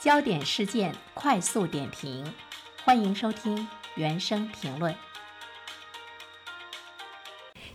焦点事件快速点评，欢迎收听原声评论。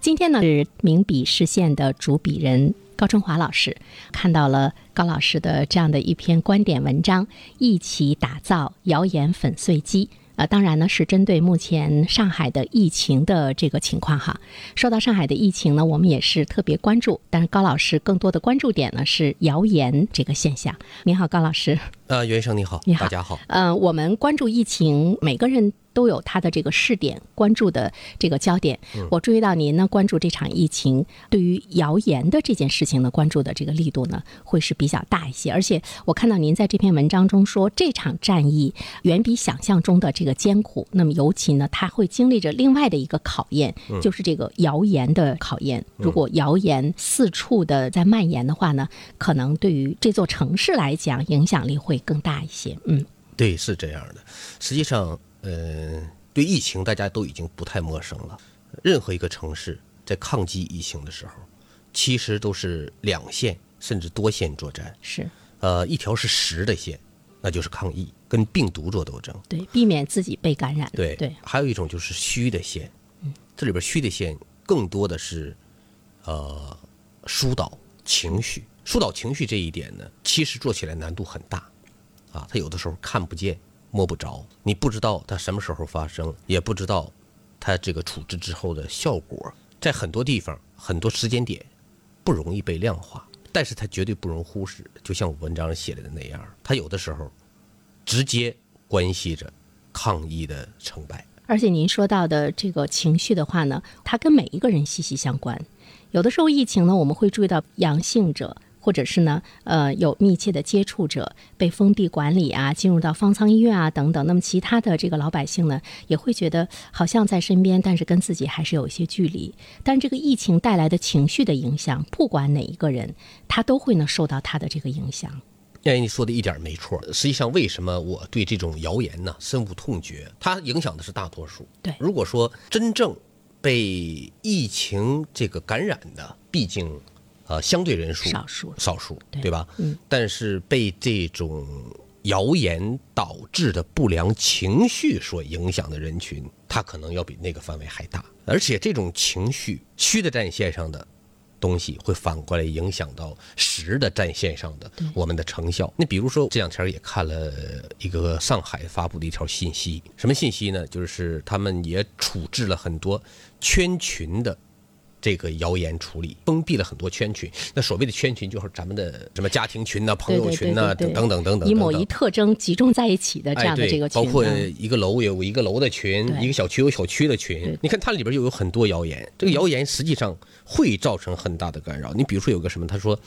今天呢是名笔视线的主笔人高春华老师，看到了高老师的这样的一篇观点文章，一起打造谣言粉碎机。呃，当然呢，是针对目前上海的疫情的这个情况哈。说到上海的疫情呢，我们也是特别关注，但是高老师更多的关注点呢是谣言这个现象。您好，高老师。呃，袁医生你好，你好大家好。呃，我们关注疫情，每个人都有他的这个视点，关注的这个焦点。我注意到您呢，关注这场疫情，对于谣言的这件事情呢，关注的这个力度呢，会是比较大一些。而且我看到您在这篇文章中说，这场战役远比想象中的这个艰苦。那么尤其呢，它会经历着另外的一个考验，就是这个谣言的考验。如果谣言四处的在蔓延的话呢，可能对于这座城市来讲，影响力会更大一些。嗯。对，是这样的。实际上，呃，对疫情大家都已经不太陌生了。任何一个城市在抗击疫情的时候，其实都是两线甚至多线作战。是呃，一条是实的线，那就是抗疫，跟病毒做斗争。对，避免自己被感染。对对，还有一种就是虚的线，这里边虚的线更多的是，呃，疏导情绪，疏导情绪这一点呢，其实做起来难度很大，啊，它有的时候看不见、摸不着，你不知道它什么时候发生，也不知道它这个处置之后的效果，在很多地方、很多时间点不容易被量化，但是它绝对不容忽视。就像我文章写的那样，它有的时候直接关系着抗疫的成败。而且您说到的这个情绪的话呢，它跟每一个人息息相关。有的时候疫情呢，我们会注意到阳性者，或者是呢，呃，有密切的接触者被封闭管理啊，进入到方舱医院啊等等。那么其他的这个老百姓呢，也会觉得好像在身边，但是跟自己还是有一些距离。但这个疫情带来的情绪的影响，不管哪一个人，他都会呢受到他的这个影响。哎，你说的一点儿没错。实际上，为什么我对这种谣言呢深恶痛绝？它影响的是大多数。对如果说真正被疫情这个感染的，毕竟呃相对人数少数少数对对吧？嗯。但是被这种谣言导致的不良情绪所影响的人群，它可能要比那个范围还大。而且这种情绪虚的战线上的东西会反过来影响到实的战线上的我们的成效。那比如说这两天也看了一个上海发布的一条信息，什么信息呢？就是他们也处置了很多圈群的。这个谣言处理封闭了很多圈群，那所谓的圈群就是咱们的什么家庭群呐、对朋友对群对呐、对对，等等等等等等，以某一特征集中在一起的这哎，样的对，这个群，包括嗯一个楼有一个楼的群，对一个小区有小区的群。你看它里边就有很多谣言，这个谣言实际上会造成很大的干扰。你比如说有个什么，他说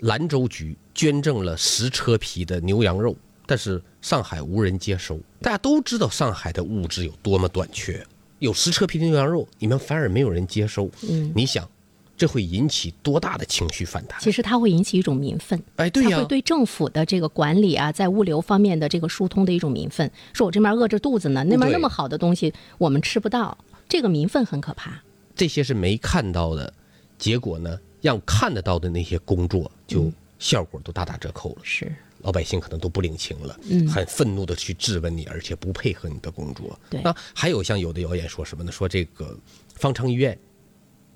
兰州局捐赠了十车皮的牛羊肉，但是上海无人接收。大家都知道上海的物资有多么短缺，有十车皮的牛羊肉，你们反而没有人接收。嗯，你想，这会引起多大的情绪反弹？其实它会引起一种民愤，哎，对呀、它会对政府的这个管理啊，在物流方面的这个疏通的一种民愤。说我这边饿着肚子呢，那边对那么好的东西我们吃不到，这个民愤很可怕。这些是没看到的，结果呢，让看得到的那些工作嗯就效果都大打折扣了，是老百姓可能都不领情了，嗯很愤怒的去质问你，而且不配合你的工作。对那还有像有的谣言说什么呢？说这个方舱医院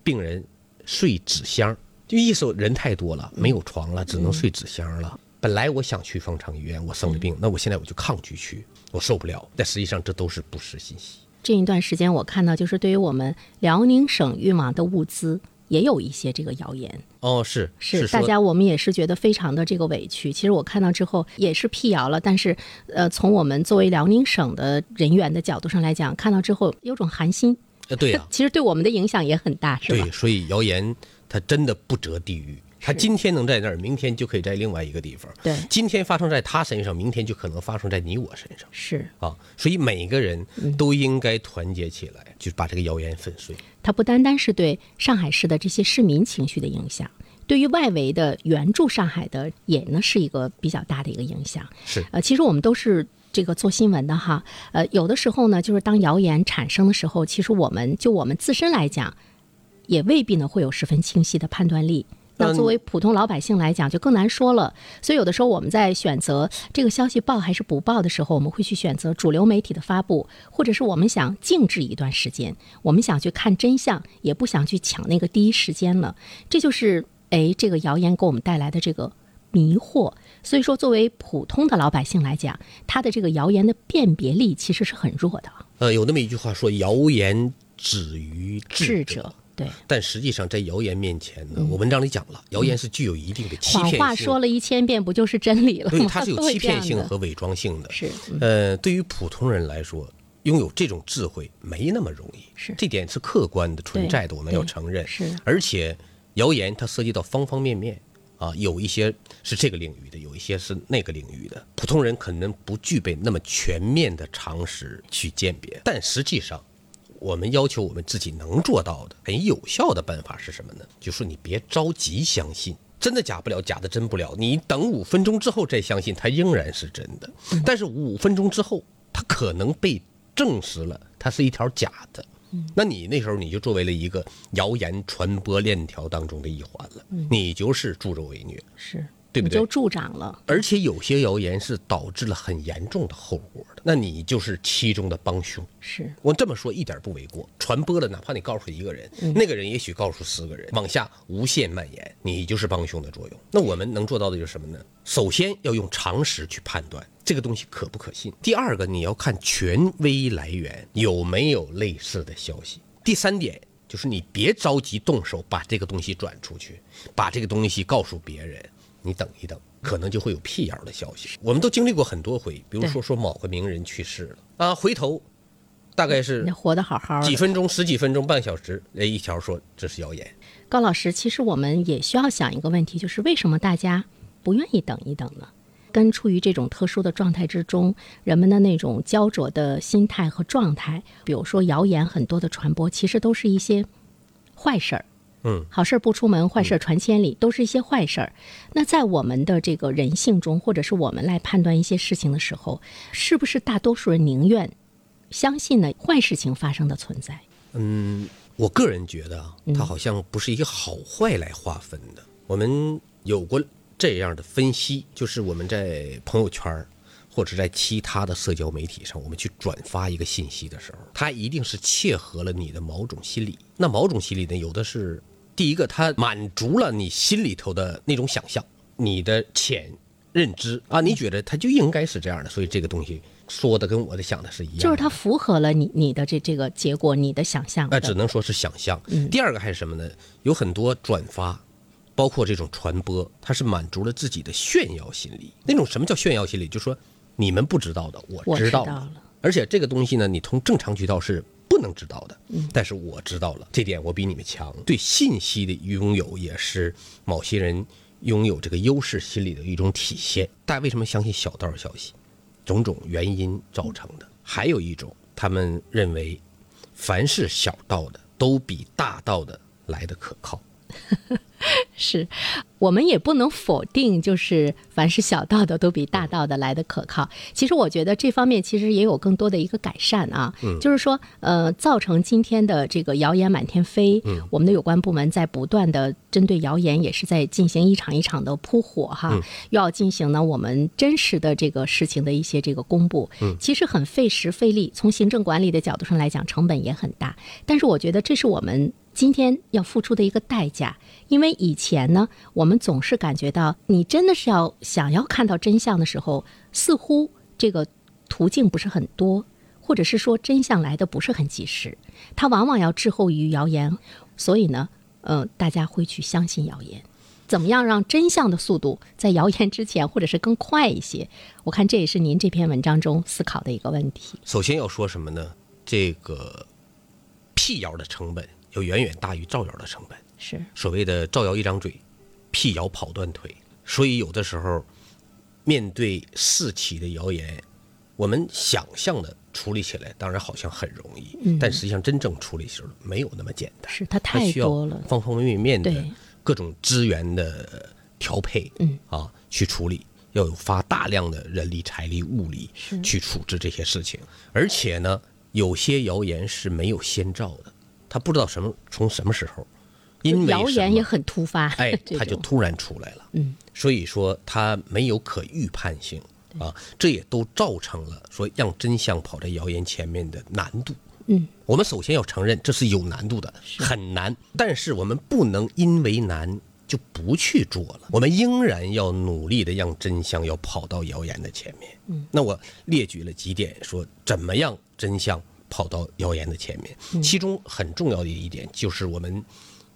病人睡纸箱，就意思人太多了，没有床了，只能睡纸箱嗯了。本来我想去方舱医院，我生了病，那我现在我就抗拒去，我受不了。但实际上这都是不实信息。这一段时间，我看到就是对于我们辽宁省运往的物资，也有一些这个谣言。哦，是是，说大家我们也是觉得非常的这个委屈。其实我看到之后也是辟谣了，但是，呃，从我们作为辽宁省的人员的角度上来讲，看到之后有种寒心。呃对呀、其实对我们的影响也很大，是吧对，？所以谣言它真的不择地域，它今天能在那儿，明天就可以在另外一个地方。对今天发生在他身上，明天就可能发生在你我身上是，啊！所以每个人嗯都应该团结起来，就是把这个谣言粉碎。它不单单是对上海市的这些市民情绪的影响，对于外围的援助上海的也呢是一个比较大的一个影响。是呃，其实我们都是。这个做新闻的哈，呃，有的时候呢，就是当谣言产生的时候，其实我们就我们自身来讲，也未必呢会有十分清晰的判断力。那作为普通老百姓来讲，就更难说了。所以有的时候我们在选择这个消息报还是不报的时候，我们会去选择主流媒体的发布，或者是我们想静置一段时间，我们想去看真相，也不想去抢那个第一时间了。这就是哎，这个谣言给我们带来的这个迷惑。所以说，作为普通的老百姓来讲，他的这个谣言的辨别力其实是很弱的。呃，有那么一句话说，谣言止于智智者。对，但实际上，在谣言面前呢，我文章里讲了，谣言是具有一定的欺嗯谎骗话性，说了一千遍，不就是真理了吗？所以 它是有都会欺这骗样性的和伪装性的。是呃，对于普通人来说，拥有这种智慧没那么容易，是这点是客观的、存在的，对我们要承认。对是而且谣言它涉及到方方面面啊，有一些是这个领域的，有一些是那个领域的，普通人可能不具备那么全面的常识去鉴别，但实际上。我们要求我们自己能做到的很有效的办法是什么呢？就说你别着急相信，真的假不了，假的真不了。你等五分钟之后再相信，它仍然是真的。但是五分钟之后，它可能被证实了，它是一条假的。那你那时候你就作为了一个谣言传播链条当中的一环了，你就是助纣为虐。是，对不你对就助长了，而且有些谣言是导致了很严重的后果的，那你就是其中的帮凶。是我这么说一点不为过，传播了，哪怕你告诉一个人，那个人也许告诉十个人，往下无限蔓延，你就是帮凶的作用。那我们能做到的就是什么呢？首先要用常识去判断这个东西可不可信。第二个，你要看权威来源有没有类似的消息。第三点就是你别着急动手把这个东西转出去，把这个东西告诉别人，你等一等。可能就会有辟谣的消息，我们都经历过很多回，比如说对说某个名人去世了啊，回头大概是你活得好好几的。分钟、十几分钟、半小时，哎，一条说这是谣言，高老师，其实我们也需要想一个问题，就是为什么大家不愿意等一等呢？跟处于这种特殊的状态之中，人们的那种焦灼的心态和状态，比如说谣言很多的传播，其实都是一些坏事儿。嗯，好事儿不出门，坏事儿传千里，都是一些坏事儿。那在我们的这个人性中，或者是我们来判断一些事情的时候，是不是大多数人宁愿相信呢坏事情发生的存在？我个人觉得啊，它好像不是一个好坏来划分的。我们有过这样的分析，就是我们在朋友圈儿或者在其他的社交媒体上，我们去转发一个信息的时候，它一定是切合了你的某种心理。那某种心理呢，有的是第一个，它满足了你心里头的那种想象，你的潜认知啊，你觉得它就应该是这样的，所以这个东西说的跟我的想的是一样的，就是它符合了你你的这这个结果，你的想象那的。只能说是想象。第二个还是什么呢？有很多转发，包括这种传播，它是满足了自己的炫耀心理。那种什么叫炫耀心理？就说你们不知道的，我我知知道道了了。而且这个东西呢，你从正常渠道是不能知道的，但是我知道了，这点我比你们强。对信息的拥有也是某些人拥有这个优势心理的一种体现。大家为什么相信小道消息？种种原因造成的。还有一种，他们认为凡是小道的都比大道的来的可靠。是，我们也不能否定，就是凡是小道的都比大道的来的可靠。其实我觉得这方面其实也有更多的一个改善啊，就是说，呃，造成今天的这个谣言满天飞，我们的有关部门在不断的针对谣言，也是在进行一场一场的扑火哈，又要进行呢我们真实的这个事情的一些这个公布，其实很费时费力，从行政管理的角度上来讲，成本也很大，但是我觉得这是我们。今天要付出的一个代价，因为以前呢，我们总是感觉到，你真的是要想要看到真相的时候，似乎这个途径不是很多，或者是说真相来的不是很及时，它往往要滞后于谣言，所以呢，呃，大家会去相信谣言。怎么样让真相的速度在谣言之前，或者是更快一些？我看这也是您这篇文章中思考的一个问题。首先要说什么呢？这个辟谣的成本要远远大于造谣的成本。是所谓的造谣一张嘴，辟谣跑断腿。所以有的时候，面对四起的谣言，我们想象的处理起来，当然好像很容易，但实际上真正处理时候没有那么简单。是，它它太需要多了。方方面面的对各种资源的调配，嗯啊，去处理，要有花大量的人力、财力、物力去处置这些事情。而且呢，有些谣言是没有先兆的，他不知道什么从什么时候因为谣什言么也很突发，哎， 这它就种突然出来了。嗯，所以说它没有可预判性啊，这也都造成了说让真相跑在谣言前面的难度。嗯，我们首先要承认这是有难度的，很难，但是我们不能因为难。就不去做了，我们仍然要努力的让真相要跑到谣言的前面。嗯，那我列举了几点，说怎么样真相跑到谣言的前面。其中很重要的一点就是我们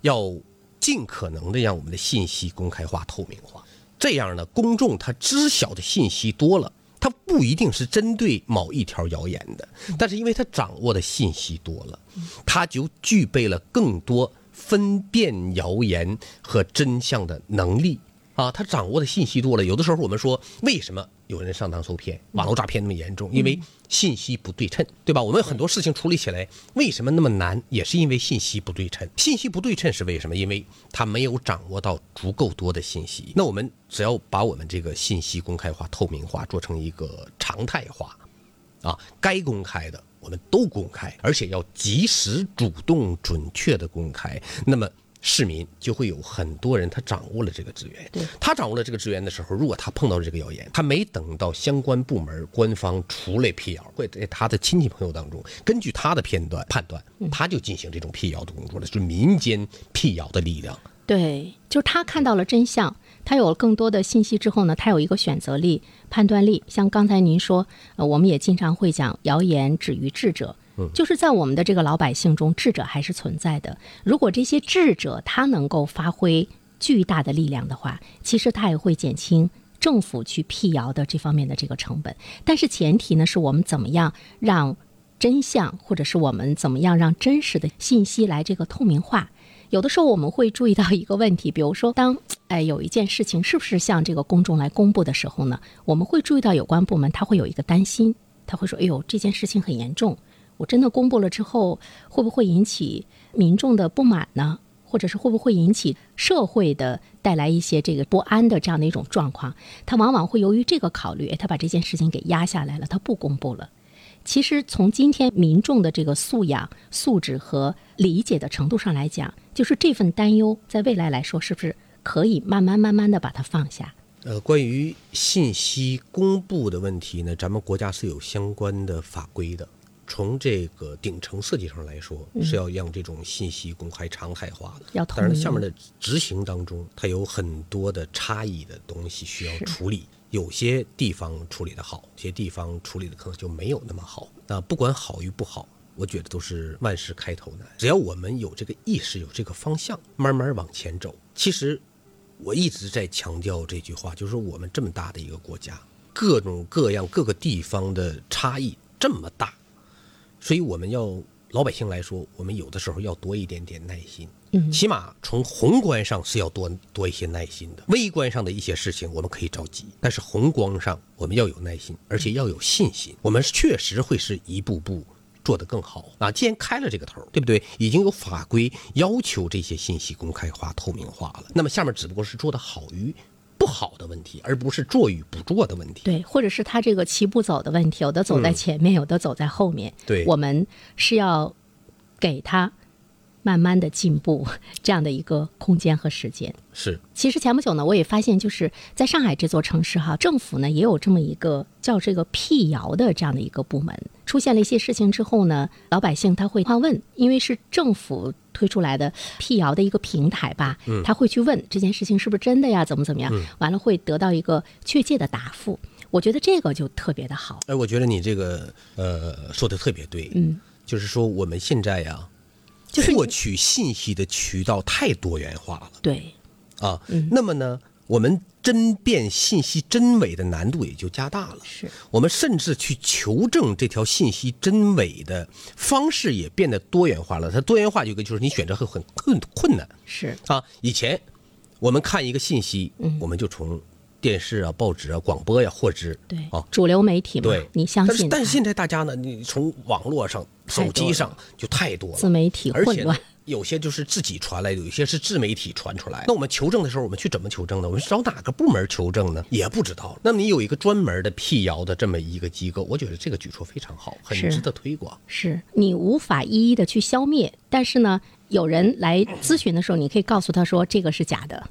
要尽可能的让我们的信息公开化、透明化。这样呢，公众他知晓的信息多了，他不一定是针对某一条谣言的，但是因为他掌握的信息多了，他就具备了更多分辨谣言和真相的能力。啊，他掌握的信息多了，有的时候我们说，为什么有人上当受骗、网络诈骗那么严重？因为信息不对称，对吧？我们很多事情处理起来为什么那么难，也是因为信息不对称。信息不对称是为什么？因为他没有掌握到足够多的信息。那我们只要把我们这个信息公开化、透明化，做成一个常态化，啊，该公开的我们都公开，而且要及时、主动、准确的公开。那么市民就会有很多人他掌握了这个资源，他掌握了这个资源的时候，如果他碰到这个谣言，他没等到相关部门、官方出来辟谣，会在他的亲戚朋友当中，根据他的片段判断，他就进行这种辟谣的工作了，就是民间辟谣的力量。对，就是他看到了真相，他有了更多的信息之后呢，他有一个选择力、判断力。像刚才您说，呃，我们也经常会讲，谣言止于智者。就是在我们的这个老百姓中，智者还是存在的。如果这些智者他能够发挥巨大的力量的话，其实他也会减轻政府去辟谣的这方面的这个成本。但是前提呢，是我们怎么样让真相，或者是我们怎么样让真实的信息来这个透明化。有的时候我们会注意到一个问题，比如说当哎有一件事情是不是向这个公众来公布的时候呢，我们会注意到有关部门他会有一个担心，他会说：“哎呦，这件事情很严重，我真的公布了之后，会不会引起民众的不满呢？”或者是会不会引起社会的带来一些这个不安的这样的一种状况？他往往会由于这个考虑，哎，他把这件事情给压下来了，他不公布了。其实从今天民众的这个素养、素质和理解的程度上来讲，就是这份担忧，在未来来说，是不是可以慢慢慢慢的把它放下？呃，关于信息公布的问题呢，咱们国家是有相关的法规的。从这个顶层设计上来说，是要让这种信息公开常态化的。要统当然，一下面的执行当中，它有很多的差异的东西需要处理。有些地方处理的好，有些地方处理的可能就没有那么好。那不管好与不好，我觉得都是万事开头难。只要我们有这个意识，有这个方向，慢慢往前走。其实我一直在强调这句话，就是说我们这么大的一个国家，各种各样各个地方的差异这么大，所以我们要老百姓来说，我们有的时候要多一点点耐心。嗯，起码从宏观上是要多多一些耐心的，微观上的一些事情我们可以着急，但是宏观上我们要有耐心，而且要有信心，我们确实会是一步步做得更好啊！既然开了这个头儿，对不对？已经有法规要求这些信息公开化、透明化了，那么下面只不过是做得好与不好的问题，而不是做与不做的问题。对，或者是他这个齐步走的问题，有的走在前面，有的走在后面。嗯对我们是要给他慢慢的进步这样的一个空间和时间。是，其实前不久呢，我也发现，就是在上海这座城市哈，政府呢也有这么一个叫这个辟谣的这样的一个部门。出现了一些事情之后呢，老百姓他会发问，因为是政府推出来的辟谣的一个平台吧，嗯他会去问这件事情是不是真的呀，怎么怎么样，完了会得到一个确切的答复。我觉得这个就特别的好，哎，我觉得你这个呃说的特别对，嗯，就是说我们现在呀、就是你获取信息的渠道太多元化了。对，啊。嗯那么呢，我们甄辨信息真伪的难度也就加大了。是我们甚至去求证这条信息真伪的方式也变得多元化了。它多元化有一个就是你选择会很困困难是啊。以前我们看一个信息，嗯我们就从电视啊、报纸啊、广播呀、获知，对、啊，主流媒体嘛对，，你相但是信但是它现在大家呢，你从网络上、太手多机了上就太多了，自媒体而混且呢乱，有些就是自己传来的，有些是自媒体传出来的。那我们求证的时候，我们去怎么求证呢？我们是找哪个部门求证呢？也不知道。那么你有一个专门的辟谣的这么一个机构，我觉得这个举措非常好，很是值得推广。是你无法一一的去消灭，但是呢，有人来咨询的时候，你可以告诉他说这个是假的。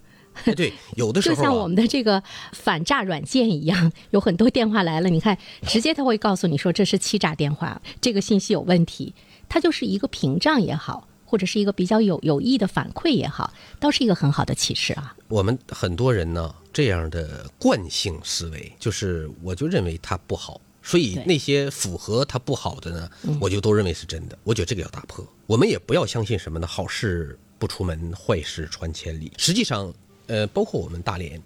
哎对，有的时候、就啊、像我们的这个反诈软件一样，有很多电话来了，你看直接他会告诉你说这是欺诈电话，这个信息有问题，它就是一个屏障也好，或者是一个比较有有益的反馈也好，倒是一个很好的启示啊。我们很多人呢，这样的惯性思维，就是我就认为它不好，所以对嗯那些符合它不好的呢，我就都认为是真的。我觉得这个要打破。我们也不要相信什么呢，好事不出门，坏事传千里。实际上，呃，包括我们大连。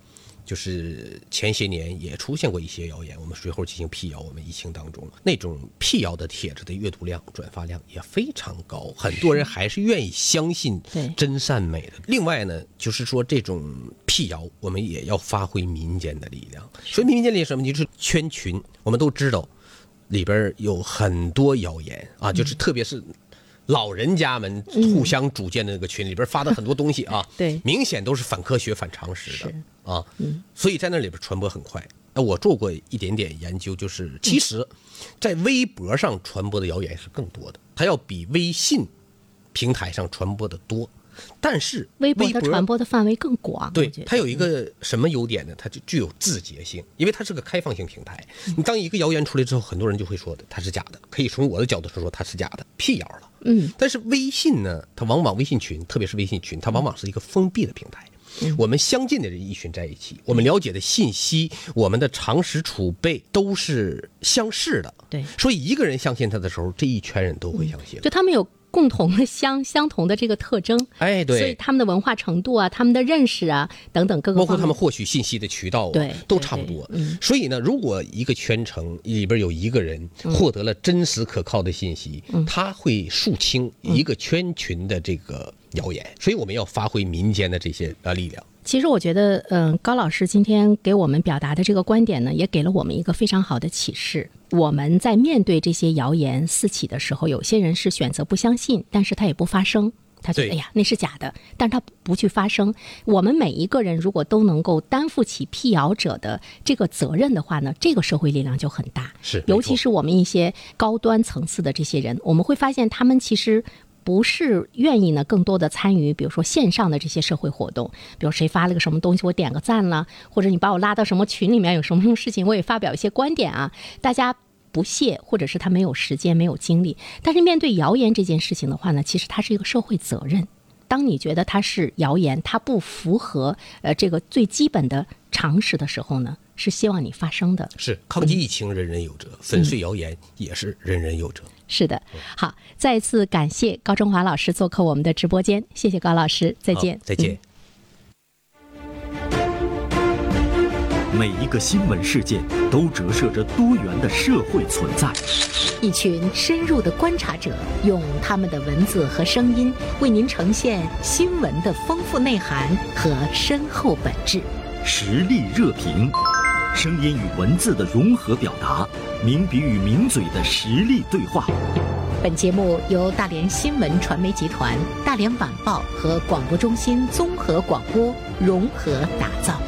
就是前些年也出现过一些谣言，我们随后进行辟谣。我们疫情当中那种辟谣的帖子的阅读量、转发量也非常高，很多人还是愿意相信对真善美的。另外呢，就是说这种辟谣，我们也要发挥民间的力量。所以民间力量是什么？就是圈群。我们都知道，里边儿有很多谣言啊，就是特别是老人家们互相组建的那个群里边发的很多东西啊，对明显都是反科学、反常识的啊，所以在那里边传播很快。那我做过一点点研究，就是其实，在微博上传播的谣言是更多的，它要比微信平台上传播的多，但是微博的传播的范围更广，对我觉，得嗯它有一个什么优点呢？它就具有自洁性，因为它是个开放性平台。嗯你当一个谣言出来之后，很多人就会说的它是假的，可以从我的角度上说它是假的，辟谣了。嗯，但是微信呢，它往往微信群，特别是微信群，它往往是一个封闭的平台。嗯我们相近的人一群在一起，我们了解的信息、我们的常识储备都是相似的。对嗯所以一个人相信他的时候，这一圈人都会相信。就他们有共同的相相同的这个特征，哎，对，所以他们的文化程度啊、他们的认识啊等等各个包方括面，他们获取信息的渠道啊，对都对差不对嗯多。所以呢，如果一个全程里边有一个人嗯获得了真实可靠的信息，他会肃清一个圈群的这个谣言。所以我们要发挥民间的这些呃力量。其实我觉得，嗯、高老师今天给我们表达的这个观点呢，也给了我们一个非常好的启示。我们在面对这些谣言四起的时候，有些人是选择不相信，但是他也不发声。他觉得哎对呀，那是假的，但他不去发声。我们每一个人如果都能够担负起辟谣者的这个责任的话呢，这个社会力量就很大。是没尤错其是我们一些高端层次的这些人，我们会发现他们其实。不是愿意呢，更多的参与，比如说线上的这些社会活动，比如谁发了个什么东西，我点个赞啦，或者你把我拉到什么群里面，有什么什么事情，我也发表一些观点啊，大家不屑，或者是他没有时间、没有精力。但是面对谣言这件事情的话呢，其实它是一个社会责任，当你觉得它是谣言，它不符合呃这个最基本的常识的时候呢，是希望你发声的。是抗击疫情，人人有责；嗯粉碎谣言也是人人有责。是的，好，再一次感谢高中华老师做客我们的直播间，谢谢高老师，再好见，再见。嗯每一个新闻事件都折射着多元的社会存在。一群深入的观察者，用他们的文字和声音，为您呈现新闻的丰富内涵和深厚本质。实力热评，声音与文字的融合表达，名笔与名嘴的实力对话。本节目由大连新闻传媒集团、大连晚报和广播中心综合广播融合打造。